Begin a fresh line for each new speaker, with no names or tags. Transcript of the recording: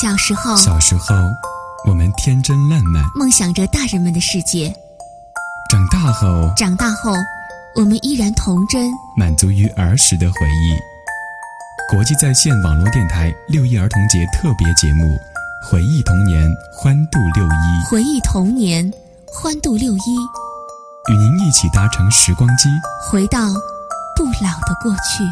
小时候，
小时候，我们天真烂漫；
梦想着大人们的世界。
长大后，
长大后，我们依然童真。
满足于儿时的回忆。国际在线网络电台六一儿童节特别节目《回忆童年，欢度六一》，
回忆童年，欢度六一，
与您一起搭乘时光机。
回到不老的过去。